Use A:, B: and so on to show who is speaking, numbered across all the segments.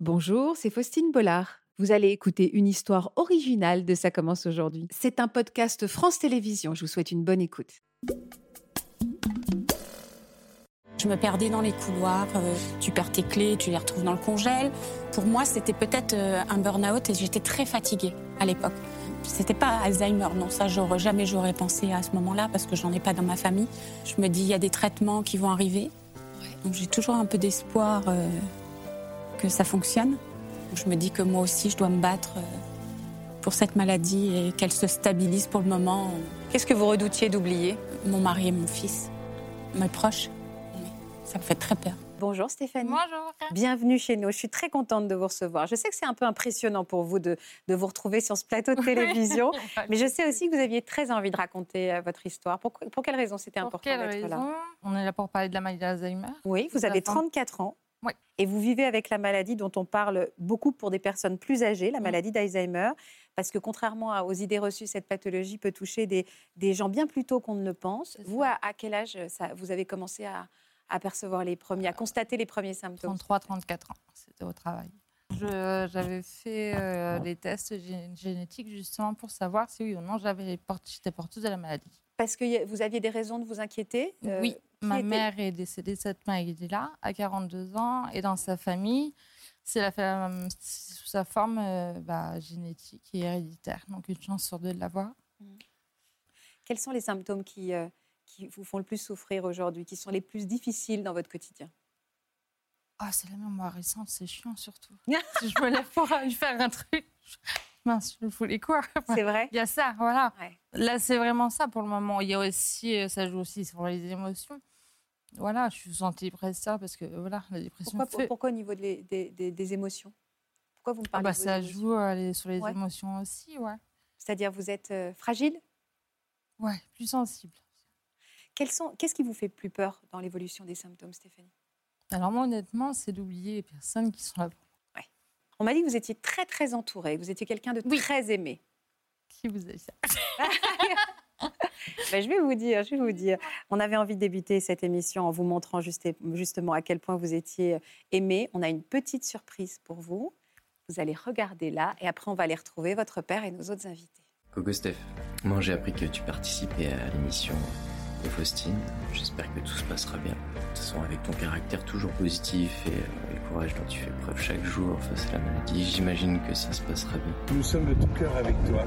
A: Bonjour, c'est Faustine Bollard. Vous allez écouter une histoire originale de Ça commence aujourd'hui. C'est un podcast France Télévisions. Je vous souhaite une bonne écoute.
B: Je me perdais dans les couloirs, euh, tu perds tes clés, tu les retrouves dans le congèle. Pour moi, c'était peut-être euh, un burn-out et j'étais très fatiguée à l'époque. C'était pas Alzheimer, non, ça j'aurais jamais j'aurais pensé à ce moment-là parce que j'en ai pas dans ma famille. Je me dis il y a des traitements qui vont arriver. Donc j'ai toujours un peu d'espoir euh, que ça fonctionne. Je me dis que moi aussi je dois me battre euh, pour cette maladie et qu'elle se stabilise pour le moment. euh,
C: Qu'est-ce que vous redoutiez d'oublier
B: Mon mari et mon fils, mes proches, ça me fait très peur.
C: Bonjour Stéphanie.
D: Bonjour.
C: Bienvenue chez nous. Je suis très contente de vous recevoir. Je sais que c'est un peu impressionnant pour vous de, de vous retrouver sur ce plateau de télévision, mais je sais aussi que vous aviez très envie de raconter euh, votre histoire. Pour, pour quelle raison c'était
D: Pour
C: important
D: quelle
C: d'être là
D: raison On est là pour parler de la maladie d'Alzheimer.
C: Oui, vous
D: Tout à
C: avez
D: fait.
C: 34 ans.
D: Oui.
C: Et vous vivez avec la maladie dont on parle beaucoup pour des personnes plus âgées, la maladie d'Alzheimer, parce que contrairement à- aux idées reçues, cette pathologie peut toucher des, des gens bien plus tôt qu'on ne le pense.
D: C'est
C: Vous,
D: ça.
C: à, à quel âge euh, ça, vous avez commencé à, à percevoir les premiers, à constater les premiers symptômes
D: 33-34 ans, c'était au travail. Je- J'avais fait euh, les tests gé- génétiques justement pour savoir si oui ou non j'avais les porte- j'étais porteuse de la maladie.
C: Parce que y a- vous aviez des raisons de vous inquiéter euh,
D: oui, ma
C: était-
D: mère est décédée de cette maladie-là à 42 ans et dans sa famille, c'est la fa- c'est sous sa forme euh, bah, génétique et héréditaire, donc une chance sur deux de l'avoir.
C: Quels sont les symptômes qui, euh, qui vous font le plus souffrir aujourd'hui, qui sont les plus difficiles dans votre quotidien
D: Ah, c'est la mémoire récente, c'est chiant surtout. Si je me lève pour lui faire un truc, je- mince, je me fous les quoi.
C: C'est vrai
D: Il y a ça, voilà.
C: Ouais.
D: Là, c'est vraiment ça pour le moment. Il y a aussi, euh, ça joue aussi sur les émotions. Voilà, je suis sous antidépresseur parce que voilà, la dépression.
C: pourquoi,
D: fait-
C: pourquoi au niveau de les- des, des- des émotions Pourquoi vous me
D: Ah
C: parlez
D: bah,
C: de vos
D: ça
C: émotions
D: joue euh, les- sur les
C: Ouais.
D: émotions aussi, ouais.
C: C'est-à-dire vous êtes euh, fragile
D: Ouais, plus sensible.
C: Quels sont- Qu'est-ce qui vous fait plus peur dans l'évolution des symptômes, Stéphanie
D: Alors moi, honnêtement, c'est d'oublier les personnes qui sont là, pour-
C: On m'a dit que vous étiez très très entourée, que vous étiez quelqu'un de
D: Oui.
C: très aimé.
D: qui vous aiment.
C: Ben, je vais vous dire, je vais vous dire. On avait envie de débuter cette émission en vous montrant juste- justement à quel point vous étiez euh, aimé. On a une petite surprise pour vous. Vous allez regarder là et après on va aller retrouver votre père et nos autres invités.
E: Coucou Steph. Moi j'ai appris que tu participais à l'émission de Faustine. J'espère que tout se passera bien. De toute façon, avec ton caractère toujours positif et euh, le courage dont tu fais preuve chaque jour face à la maladie, j'imagine que ça se passera bien.
F: Nous sommes de tout cœur avec toi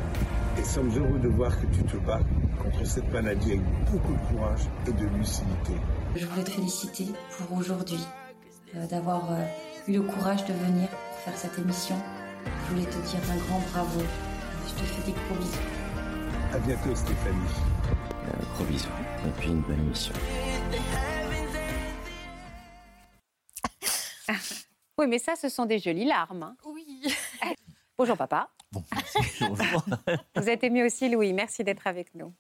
F: et sommes heureux de voir que tu te bats contre cette maladie avec beaucoup de courage et de lucidité.
G: Je voulais te féliciter pour aujourd'hui, euh, d'avoir euh, eu le courage de venir pour faire cette émission. Je voulais te dire un grand bravo. Je te fais des gros bisous.
F: À bientôt Stéphanie.
E: Euh, gros bisous et puis une bonne émission.
C: Oui, mais ça, ce sont des jolies larmes. hein.
D: Oui.
C: Bonjour papa.
H: Bon, merci, bonjour.
C: Vous êtes aimé aussi, Louis. Merci d'être avec nous.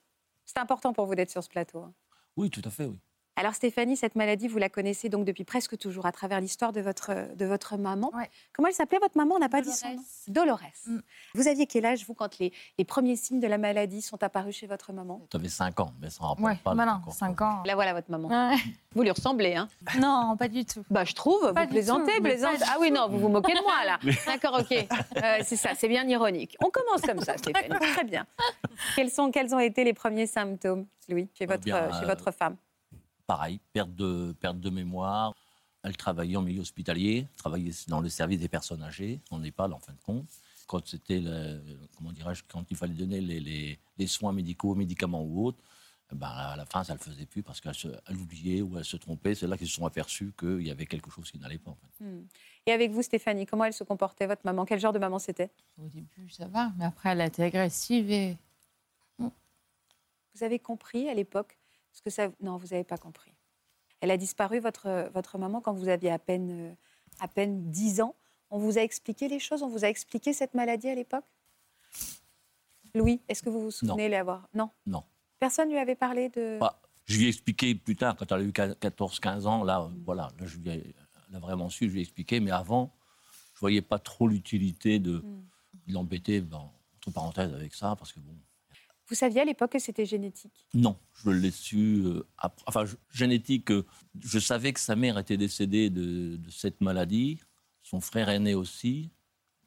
C: C'est important pour vous d'être sur ce plateau. hein.
H: Oui, tout à fait, oui.
C: Alors Stéphanie, cette maladie, vous la connaissez donc depuis presque toujours à travers l'histoire de votre, de votre maman.
D: Ouais.
C: Comment elle s'appelait votre maman On n'a pas dit son nom. Dolores.
D: Mm.
C: Vous aviez quel âge, vous, quand les, les premiers signes de la maladie sont apparus chez votre maman
H: Tu avais 5 ans, mais ça ne rappelle
D: Ouais,
H: pas.
D: malin,
H: donc,
D: 5 ans.
C: Là, voilà votre maman.
D: Ouais.
C: Vous lui ressemblez, hein
D: Non, pas du tout.
C: Bah, je trouve,
D: Pas
C: vous
D: du
C: plaisantez,
D: tout, mais
C: plaisante.
D: pas du
C: Ah oui, non, vous vous moquez de moi, là. D'accord, ok. Euh, c'est ça, c'est bien ironique. On commence comme ça, Stéphanie. Très bien. Quels, sont, quels ont été les premiers symptômes, Louis, chez
H: Eh
C: votre,
H: bien,
C: chez
H: euh,
C: votre femme
H: Pareil, perte de, perte de mémoire. Elle travaillait en milieu hospitalier, travaillait dans le service des personnes âgées, en EHPAD en fin de compte. Quand c'était, le- comment dirais-je, quand il fallait donner les, les- les soins médicaux, médicaments ou autres, eh ben, à la fin, ça ne le faisait plus parce qu'elle se- elle oubliait ou elle se trompait. C'est là qu'ils se sont aperçus qu'il y avait quelque chose qui n'allait pas. en fait.
C: Et avec vous, Stéphanie, comment elle se comportait, votre maman Quel genre de maman c'était
D: Au début, ça va, mais après, elle a été agressive et
C: Vous avez compris à l'époque ce que ça. Non, vous n'avez pas compris. Elle a disparu, votre, votre maman, quand vous aviez à peine, euh, à peine 10 ans. On vous a expliqué les choses On vous a expliqué cette maladie à l'époque Louis, est-ce que vous vous souvenez l'avoir Non.
H: Non.
C: Personne lui avait parlé de.
H: Pas- Je lui ai expliqué plus tard, quand elle a eu 14-15 ans, là, euh, voilà, là, je lui ai, elle a vraiment su, je lui ai expliqué, mais avant, je voyais pas trop l'utilité de, de l'embêter, ben, entre parenthèses, avec ça, parce que bon.
C: Vous saviez à l'époque que c'était génétique
H: Non, je l'ai su, euh, après- enfin, je- génétique, euh, je savais que sa mère était décédée de, de cette maladie, Son frère aîné aussi.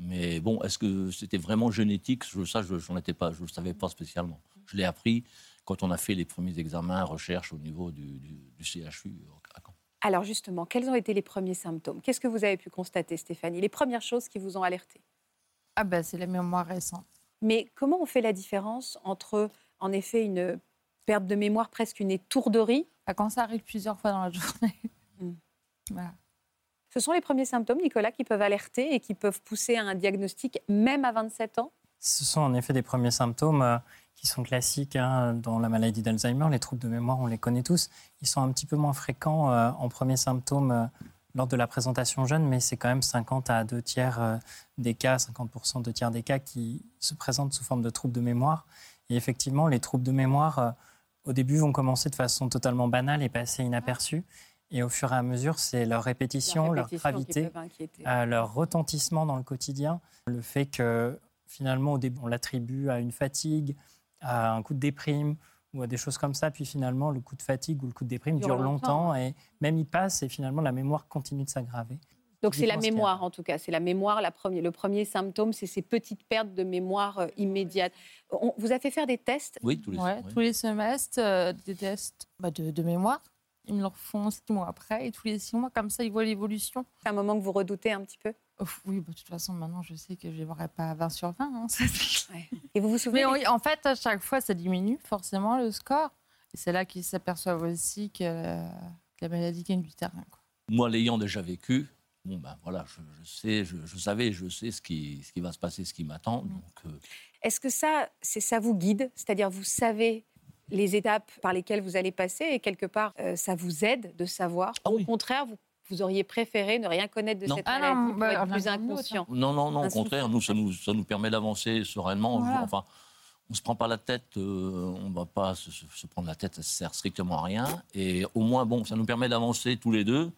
H: Mais bon, est-ce que c'était vraiment génétique Je- Ça, je n'en étais pas, je le savais pas spécialement. Je l'ai appris quand on a fait les premiers examens, recherches au niveau du, du- du CHU à Caen.
A: Alors justement, quels ont été les premiers symptômes Qu'est-ce que vous avez pu constater, Stéphanie Les premières choses qui vous ont alerté
D: Ah ben, c'est la mémoire récente.
A: Mais comment on fait la différence entre, en effet, une perte de mémoire, presque une étourderie
D: Ah, quand ça arrive plusieurs fois dans la journée.
A: Mm.
D: Voilà.
A: Ce sont les premiers symptômes, Nicolas, qui peuvent alerter et qui peuvent pousser à un diagnostic même à 27 ans
C: Ce sont en effet des premiers symptômes euh, qui sont classiques hein, dans la maladie d'Alzheimer. Les troubles de mémoire, on les connaît tous. Ils sont un petit peu moins fréquents euh, en premier symptôme euh, lors de la présentation jeune, mais c'est quand même 50 à 2 tiers euh, des cas, 50% 2 tiers des cas qui se présentent sous forme de troubles de mémoire. Et effectivement, les troubles de mémoire, euh, au début, vont commencer de façon totalement banale et passer inaperçus. Et au fur et à mesure, c'est leur répétition, leur,
A: répétition
C: gravité,
A: Qui peuvent inquiéter.
C: à leur retentissement dans le quotidien, le fait que finalement au début on l'attribue à une fatigue, à un coup de déprime ou à des choses comme ça, puis finalement le coup de fatigue ou le coup de déprime
A: Dure hein.
C: dure longtemps et même il passe et finalement la mémoire continue de s'aggraver.
A: Donc c'est la
C: pense qu'il y a-
A: mémoire, en tout cas. C'est la mémoire, la première, le premier symptôme, c'est ces petites pertes de mémoire euh, immédiates. On vous a fait faire des tests
H: Oui, tous les
D: Ouais,
H: ans, oui.
D: Tous les semestres, euh, des tests bah, de, de mémoire. Ils me le refont six mois après. Et tous les six mois, comme ça, ils voient l'évolution.
A: C'est un moment que vous redoutez un petit peu
D: Ouf, oui, bah, de toute façon, maintenant, je sais que je ne verrai pas 20 sur 20. hein, ça, c'est-
A: Et vous vous souvenez
D: Mais oui, en fait, à chaque fois, ça diminue forcément le score. Et c'est là qu'ils s'aperçoivent aussi que, euh, que la maladie gagne du terrain. quoi.
H: Moi, l'ayant déjà vécu, bon ben voilà, je, je sais, je, je savais, je sais ce qui, ce qui va se passer, ce qui m'attend. Donc, euh,
A: Est-ce que ça, c'est ça vous guide C'est-à-dire vous savez les étapes par lesquelles vous allez passer et quelque part euh, ça vous aide de savoir.
H: Ah
A: Ou
H: oui.
A: Au contraire, vous, vous auriez préféré ne rien connaître de
H: Non.
A: cette
D: Ah non,
A: maladie pour
D: bah,
A: être
D: rien
A: plus
D: du tout,
A: inconscient.
H: Non, non, non,
A: Un
H: au contraire, nous ça, nous, ça nous permet d'avancer sereinement.
D: Voilà.
H: Enfin, on ne se prend pas la tête, euh, on ne va pas se, se- se prendre la tête, ça ne sert strictement à rien. Et au moins, bon, ça nous permet d'avancer tous les deux.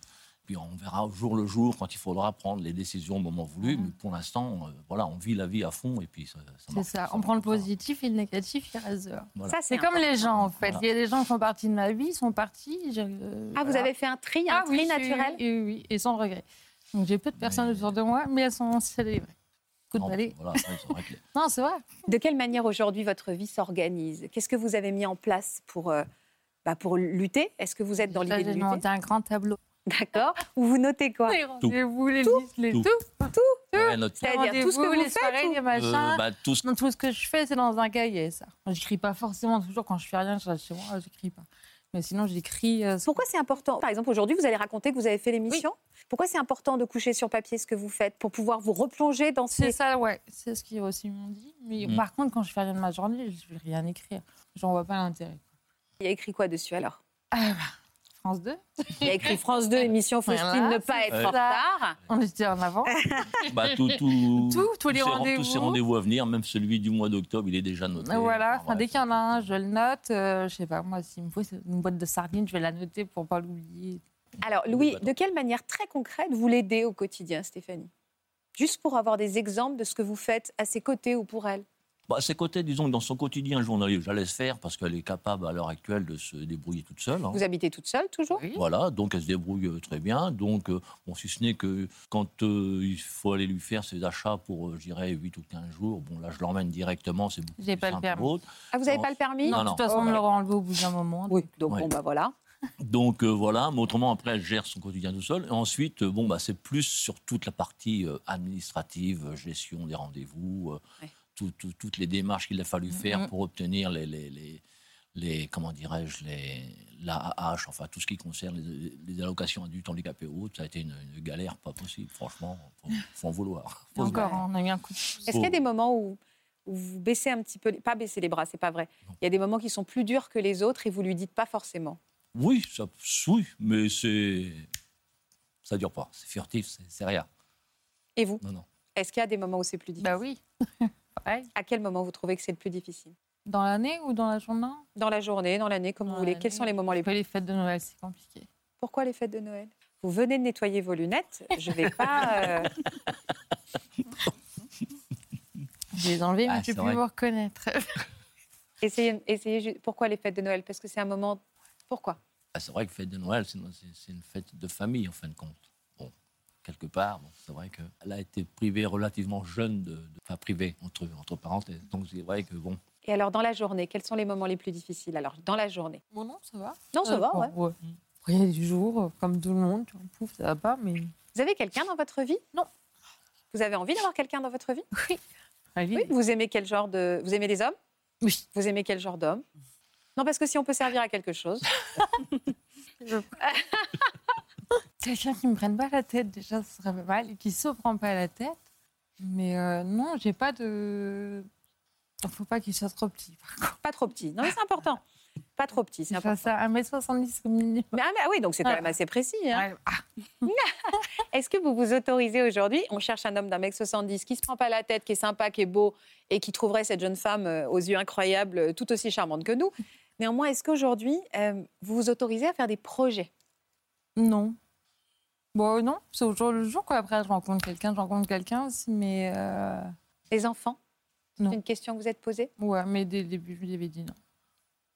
H: Puis on verra au jour le jour quand il faudra prendre les décisions au moment voulu. Mais pour l'instant, euh, voilà, on vit la vie à fond et puis ça, ça
D: Mmh. C'est
H: marche,
D: ça. On prend le
H: marche, marche.
D: positif et le négatif, il reste dehors.
H: Voilà.
A: Ça,
D: C'est comme les gens, en fait.
H: Voilà.
D: Il y a des gens qui font partie de ma vie, ils sont partis. je-
A: Ah, vous
D: voilà.
A: avez fait un tri, un
D: Ah
A: tri
D: oui,
A: naturel
D: Oui, oui, oui, et sans regret. Donc j'ai peu de personnes
H: Mais-
D: autour de moi, mais elles sont célébrées. Coup de
H: Non,
D: balai.
H: voilà, ça, c'est vrai que-
D: Non, c'est vrai.
A: De quelle manière aujourd'hui votre vie s'organise Qu'est-ce que vous avez mis en place pour, euh, bah, pour lutter Est-ce que vous êtes dans
D: Là,
A: l'idée de
D: j'ai
A: lutter
D: monté un grand tableau.
A: D'accord Ou vous notez quoi
D: Les rendez-vous, les
A: Tout.
D: listes, les
H: Tout.
D: tout.
H: Ouais, notre-
D: Les
A: C'est-à-dire tout ce que
D: rendez-vous,
A: vous
D: les
A: faites
D: soirées,
A: ou-
D: les
H: Euh,
D: machins.
H: bah, tout ce-
D: Non, tout ce que je fais, c'est dans un cahier, ça. J'écris pas forcément toujours quand je fais rien, je reste chez moi, j'écris pas. Mais sinon, j'écris. euh, ce-
A: Pourquoi c'est important Par exemple, aujourd'hui, vous allez raconter que vous avez fait l'émission. Pourquoi c'est important de coucher sur papier ce que vous faites pour pouvoir vous replonger dans
D: C'est
A: ces...
D: ça, ouais. C'est ce qu'ils aussi m'ont dit. Mais
H: Mm.
D: par contre, quand je fais rien de ma journée, je vais rien écrire. J'en vois pas l'intérêt.
A: Il y a écrit quoi dessus alors
D: Ah bah, France 2,
A: Il y a écrit France 2, émission Faustine,
D: Voilà,
A: ne pas
D: c'est
A: être en
D: ça.
A: retard.
D: on était en avant.
A: Eh.
H: bah, tout- tout-
D: Tout, tous les
H: ces-
D: rendez-vous.
H: Tous ces rendez-vous à venir, même celui du mois d'octobre, il est déjà noté.
D: Voilà, enfin,
H: Enfin,
D: dès
H: bref.
D: qu'il y en a un, je le note. Euh, je sais pas, moi, s'il me faut une boîte de sardines, je vais la noter pour pas l'oublier.
A: Alors, Louis, de quelle manière très concrète vous l'aidez au quotidien, Stéphanie Juste pour avoir des exemples de ce que vous faites à ses côtés ou pour elle.
H: Bah, à ses côtés, disons que dans son quotidien journalier, je la laisse faire parce qu'elle est capable à l'heure actuelle de se débrouiller toute seule. hein.
A: Vous habitez toute seule toujours
D: Oui.
H: Voilà, donc elle se débrouille euh, très bien. Donc, euh, bon, si ce n'est que quand euh, il faut aller lui faire ses achats pour, euh, je dirais, 8 ou 15 jours, bon, là, je l'emmène directement, c'est beaucoup
D: J'ai
H: plus
D: pas le
H: simple
D: permis.
H: pour autre.
A: Ah, vous n'avez
H: Non.
A: pas le permis
H: Non,
D: de
H: non.
D: toute façon, on me l'aura enlevé au bout d'un moment.
A: Oui, donc
H: Ouais.
A: bon, bah voilà.
H: Donc euh, voilà, mais autrement après elle gère son quotidien tout seul. Et ensuite, euh, bon bah c'est plus sur toute la partie euh, administrative, euh, gestion des rendez-vous, euh,
A: Ouais.
H: tout- tout- toutes les démarches qu'il a fallu faire
D: Mhm.
H: pour obtenir les, les, les, les- comment dirais-je les l'AAH, enfin tout ce qui concerne les, les allocations adultes handicapés ou autres, ça a été une, une galère pas possible, franchement, faut, faut en vouloir.
D: Et encore, on a eu un coup de pouce.
A: Est-ce qu'il y a des moments où, où vous baissez un petit peu, les- pas baisser les bras, c'est pas vrai. Il y a des moments qui sont plus durs que les autres et vous lui dites pas forcément.
H: Oui, ça, oui, mais c'est ça dure pas, c'est furtif, c'est c'est rien.
A: Et vous
H: Non non.
A: Est-ce qu'il y a des moments où c'est plus difficile
D: Bah oui. Pareil.
A: À quel moment vous trouvez que c'est le plus difficile
D: Dans l'année ou dans la journée
A: Dans la journée, dans l'année, comme
D: Dans
A: vous voulez. Quels
D: l'année.
A: sont les moments les plus
D: Les fêtes de Noël, c'est compliqué.
A: Pourquoi les fêtes de Noël Vous venez de nettoyer vos lunettes. Je vais pas. euh,
D: Je les ai enlevées, mais
H: Ah,
D: je
H: c'est
D: peux
H: vrai.
D: plus vous reconnaître.
A: essayer, essayer ju- Pourquoi les fêtes de Noël Parce que c'est un moment. Pourquoi
H: Ah, c'est vrai que fête de Noël, c'est c'est- c'est une fête de famille en fin de compte. Bon, quelque part. Bon, c'est vrai qu'elle a été privée relativement jeune, de, de- enfin privée entre, entre parenthèses. Donc c'est vrai que bon,
A: Et alors, dans la journée, quels sont les moments les plus difficiles Alors, dans la journée.
D: Bon, non, ça va.
A: Non, ça
D: Euh,
A: va,
D: bon,
A: ouais.
D: ouais. Après, Il y a des jours, euh, comme tout le monde, tu vois, pouf, ça va pas, mais.
A: Vous avez quelqu'un dans votre vie
D: Non.
A: Vous avez envie d'avoir quelqu'un dans votre vie
D: Allez,
A: Oui. Vous aimez quel genre de. Vous aimez les hommes
D: Oui.
A: Vous aimez quel genre d'homme Non, parce que si on peut servir à quelque chose.
D: Quelqu'un qui me prenne pas la tête, déjà, ce serait pas mal, et qui se prend pas la tête. Mais euh, non, j'ai pas de. Faut pas qu'il soit trop petit. Par contre,
A: Pas trop petit. Non, mais c'est important. Pas trop petit, c'est
D: il
A: important.
D: fasse à 1m70 au minimum.
A: Mais, ah, mais- ah oui, donc c'est quand même assez précis. hein.
D: Ouais, ah,
A: Est-ce que vous vous autorisez aujourd'hui On cherche un homme d'un mec 70 qui se prend pas la tête, qui est sympa, qui est beau et qui trouverait cette jeune femme euh, aux yeux incroyables, euh, tout aussi charmante que nous. Néanmoins, est-ce qu'aujourd'hui, euh, vous vous autorisez à faire des projets
D: non. Bon, euh, non, c'est au jour le jour, quoi. Après, je rencontre quelqu'un, je rencontre quelqu'un aussi, mais. euh,
A: Les enfants
D: Non.
A: C'est une question que vous êtes posée
D: Ouais, mais dès le début, je lui avais dit non.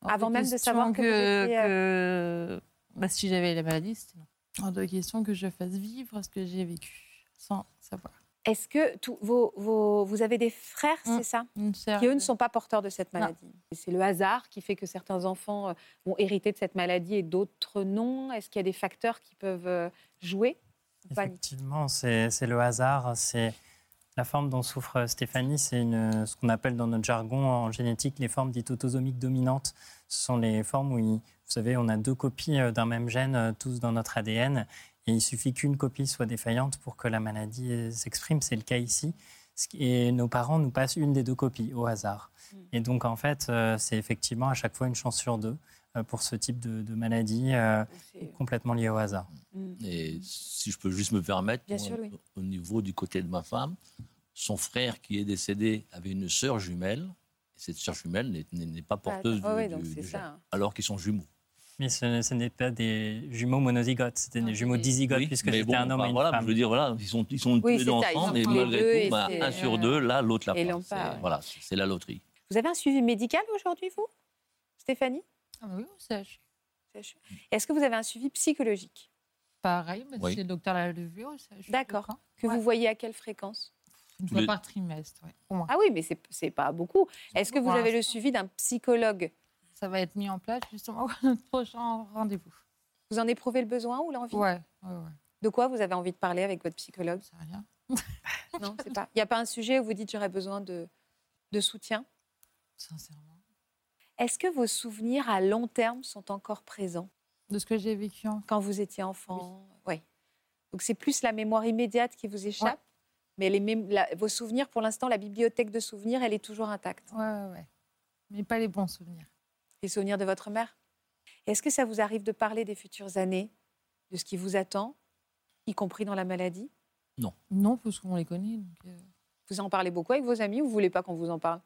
D: Hors
A: Avant même de
D: question
A: savoir que vous étiez, euh,
D: que- bah, si j'avais la maladie, c'était non. En deux questions que je fasse vivre ce que j'ai vécu, sans savoir.
A: Est-ce que tous vos, vos- vous avez des frères,
D: Mm.
A: c'est ça
D: Une sœur-
A: Qui, eux, ne sont pas porteurs de cette
D: Non.
A: maladie. Et C'est le hasard qui fait que certains enfants euh, vont hériter de cette maladie et d'autres non. Est-ce qu'il y a des facteurs qui peuvent euh, jouer ou pas
I: Effectivement, c'est c'est le hasard. C'est la forme dont souffre euh, Stéphanie, c'est une- ce qu'on appelle dans notre jargon en génétique les formes dites autosomiques dominantes. Ce sont les formes où, il- vous savez, on a deux copies euh, d'un même gène, euh, tous dans notre ADN, et il suffit qu'une copie soit défaillante pour que la maladie euh, s'exprime. C'est le cas ici. Ce qui- Et nos parents nous passent une des deux copies au hasard. Et donc, en fait, euh, c'est effectivement à chaque fois une chance sur deux euh, pour ce type de, de maladie euh,
A: C'est-
I: complètement liée au hasard.
A: Mm.
H: Et si je peux juste me permettre,
A: Bien
H: moi,
A: sûr, Louis.
H: au niveau du côté de ma femme, son frère qui est décédé avait une sœur jumelle. Et cette sœur jumelle n'est- n'est n'est pas porteuse
A: Ah, ouais,
H: du,
A: donc
H: du-
A: c'est
H: du
A: ça,
H: gène,
A: hein.
H: alors qu'ils sont jumeaux.
I: Mais ce, ce n'est pas des jumeaux monozygotes, c'était des jumeaux dizygotes,
H: Oui,
I: puisque
H: mais
I: c'était
H: bon,
I: un homme
H: bah,
I: et une
H: voilà,
I: femme.
H: Je veux dire, voilà, ils sont, ils sont
A: Oui,
H: tous les
A: c'est
H: deux
A: ça, ils
H: ensemble,
A: sont
H: et
A: tous les deux,
H: malgré
A: et
H: tout, bah,
A: c'est- euh,
H: un sur deux, là, l'autre la
A: Et
H: porte.
A: l'on
H: C'est-
A: part, ouais.
H: Voilà, c'est c'est la loterie.
A: Vous avez un suivi médical aujourd'hui, vous, Stéphanie
D: Ah, bah oui, ça, je suis
A: Mm. Est-ce que vous avez un suivi psychologique
D: pareil, mais
H: Oui.
D: c'est le docteur l'a levé. ouais, ça, je suis
A: D'accord.
D: d'accord.
A: que
D: Ouais.
A: vous voyez à quelle fréquence
D: Une
H: Tous
D: fois
H: les-
D: par trimestre, ouais, au moins.
A: Ah oui, mais c'est c'est pas beaucoup. Est-ce que vous
D: Pour
A: avez le
D: l'instant.
A: suivi d'un psychologue
D: Ça va être mis en place justement pour notre prochain rendez-vous.
A: Vous en éprouvez le besoin ou l'envie
D: Ouais, ouais, ouais,
A: De quoi vous avez envie de parler avec votre psychologue
D: ça va rien.
A: Non, c'est pas. Il n'y a pas un sujet où vous dites j'aurais besoin de, de soutien.
D: Sincèrement.
A: Est-ce que vos souvenirs à long terme sont encore présents
D: De ce que j'ai vécu en
A: quand vous étiez enfant Oui. Donc c'est plus la mémoire immédiate qui vous échappe, mais les mém- la- vos souvenirs, pour l'instant, la bibliothèque de souvenirs, elle est toujours intacte.
D: Ouais, ouais, ouais. Mais pas les bons souvenirs.
A: Les souvenirs de votre mère Est-ce que ça vous arrive de parler des futures années, de ce qui vous attend, y compris dans la maladie
D: Non, parce qu'on les connaît, donc euh,
A: Vous en parlez beaucoup avec vos amis ou vous voulez pas qu'on vous en parle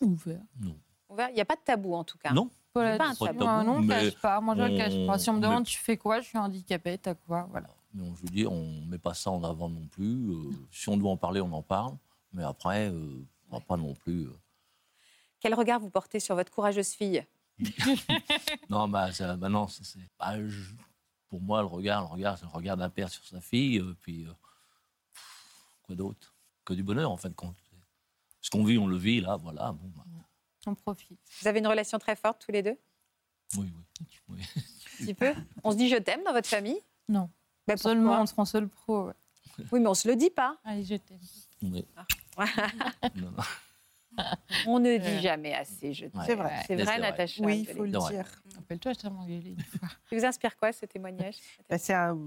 D: ouvert.
A: On va- Il n'y a pas de tabou en tout cas.
H: Non,
D: Pas
A: pas un
D: là-dessus,
H: tabou,
D: hein, non, on
H: mais
D: cache pas. Moi, je le cache pas. Si on me
H: on-
D: demande, tu fais quoi Je suis handicapée, t'as quoi Voilà.
H: mais on- je veux dire, on ne met pas ça en avant non plus. Euh, si on doit en parler, on en parle. Mais après, euh, on va pas non plus. euh,
A: Quel regard vous portez sur votre courageuse fille
H: Non, bah, ça, bah non, ça, c'est. bah, je- pour moi, le regard, le regard, c'est le regard d'un père sur sa fille, euh, puis euh, pff, quoi d'autre Que du bonheur, en fin de compte. Ce qu'on vit, on le vit, là, voilà. Bon, bah,
D: On profite.
A: Vous avez une relation très forte tous les deux
H: oui, oui. oui.
A: Un petit peu On se dit je t'aime dans votre famille
D: Non.
A: Ben, pourquoi
D: Seulement entre en seul pro. ouais.
A: Oui, mais on se le dit pas.
D: Allez, je t'aime.
H: Mais-
J: Ah.
H: Non, non.
A: On ne
D: Euh,
A: dit jamais assez je t'aime.
H: C'est
D: vrai.
A: C'est
H: Mais
A: vrai,
H: c'est vrai.
A: Natacha.
C: Oui, il
A: Angelini.
C: faut le
H: Non, ouais.
C: dire.
D: Rappelle-toi, je t'ai engueulé une fois.
A: Ça vous inspire quoi ce témoignage
C: Bah, C'est un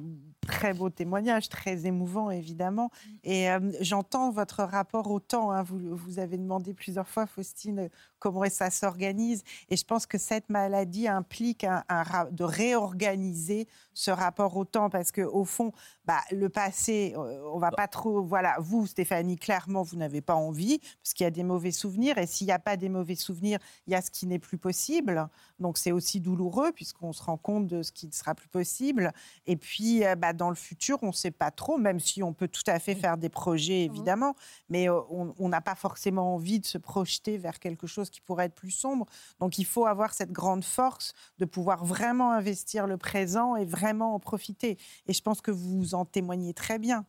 C: très beau témoignage, très émouvant évidemment.
A: Mm.
C: Et euh, j'entends votre rapport au temps. hein. Vous, vous avez demandé plusieurs fois, Faustine, euh, comment ça s'organise. Et je pense que cette maladie implique un- un ra- de réorganiser ce rapport au temps parce que au fond, bah, le passé, euh, on va pas trop. Voilà, vous, Stéphanie, clairement, vous n'avez pas envie parce qu'il y a des mauvais souvenirs. Et s'il n'y a pas des mauvais souvenirs, il y a ce qui n'est plus possible. Donc c'est aussi douloureux puisqu'on se rend compte de ce qui ne sera plus possible. Et puis, euh, bah, dans le futur, on ne sait pas trop, même si on peut tout à fait
J: Mmh
C: faire des projets, évidemment, mais euh, on on n'a pas forcément envie de se projeter vers quelque chose
I: qui pourraient être plus sombres. Donc il faut avoir cette grande force de pouvoir vraiment investir le présent et vraiment en profiter. Et je pense que vous en témoignez très bien.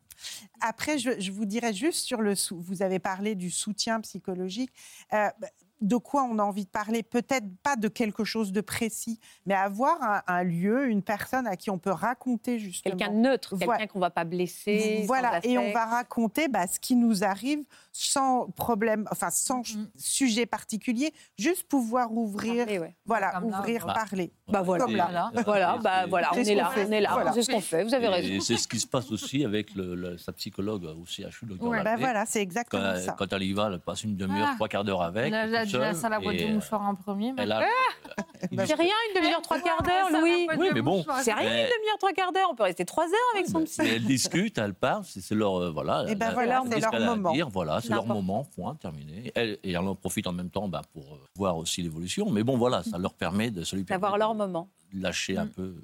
I: Après, je, je vous dirais juste sur le... sou- Vous avez parlé du soutien psychologique. Euh, bah, de quoi on a envie de parler, peut-être pas de quelque chose de précis, mais avoir un, un lieu, une personne à qui on peut raconter justement.
C: Mmh.
J: Quelqu'un de neutre, quelqu'un
I: Voilà.
J: qu'on va pas blesser. sans
I: Voilà, et on
J: affect.
I: va raconter bah, ce qui nous arrive sans problème, enfin sans ch- sujet particulier, juste pouvoir ouvrir, voilà,
J: Comme là,
I: ouvrir,
J: ouais.
I: parler.
J: Bah voilà.
I: Comme là.
J: Voilà, bah voilà, on
I: C'est ce
J: est
I: qu'on
J: là,
I: fait.
J: on est là,
I: Voilà.
J: c'est ce qu'on fait, vous avez
H: Et
J: raison.
H: c'est ce qui se passe aussi avec le- le- sa psychologue au CHU, le docteur
I: Ouais,
H: Valpé.
I: bah voilà, c'est exactement
H: quand,
I: ça.
H: quand elle y va, elle passe une demi-heure,
K: Ah.
H: trois quarts d'heure avec.
K: Là, là,
H: toute
K: déjà,
H: seule,
K: ça la boîte
H: et,
K: de
H: euh,
K: mouchoir en premier.
H: elle a-
J: C'est rien, une demi-heure, trois quarts d'heure, Louis.
H: Oui, mais bon.
J: C'est rien,
H: Mais-
J: une demi-heure, trois quarts d'heure, on peut rester trois heures avec son psy.
H: mais elle discute, elle parle, c'est c'est leur euh, voilà.
J: Et ben
H: elle-
J: voilà,
H: elle
J: c'est
H: dit ce
J: leur
H: qu'elle a à
J: moment.
H: dire, voilà, c'est leur
J: N'importe.
H: moment, point, terminé. Et elle, et elle en profite en même temps bah, pour euh, voir aussi l'évolution. Mais bon, voilà, ça leur permet de se lui permet
C: D'avoir leur moment.
H: de lâcher un peu.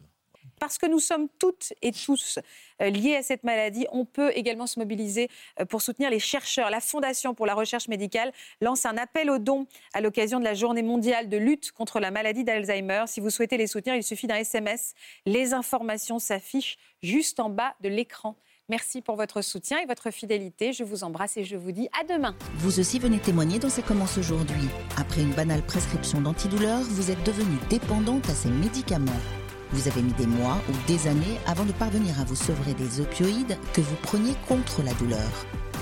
C: Parce que nous sommes toutes et tous euh, liés à cette maladie, on peut également se mobiliser euh, pour soutenir les chercheurs. La Fondation pour la recherche médicale lance un appel aux dons à l'occasion de la journée mondiale de lutte contre la maladie d'Alzheimer. Si vous souhaitez les soutenir, il suffit d'un SMS. Les informations s'affichent juste en bas de l'écran. Merci pour votre soutien et votre fidélité. Je vous embrasse et je vous dis à demain.
L: Vous aussi venez témoigner dans Ça commence aujourd'hui. Après une banale prescription d'antidouleur, vous êtes devenue dépendante à ces médicaments. Vous avez mis des mois ou des années avant de parvenir à vous sevrer des opioïdes que vous preniez contre la douleur.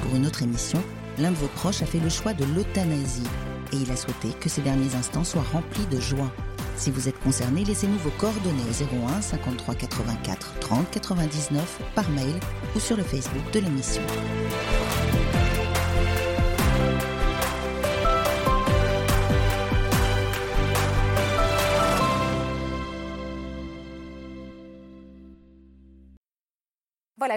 L: Pour une autre émission, l'un de vos proches a fait le choix de l'euthanasie et il a souhaité que ces derniers instants soient remplis de joie. Si vous êtes concerné, laissez-nous vos coordonnées au 01 53 84 30 99 par mail ou sur le Facebook de l'émission.
A: Voilà,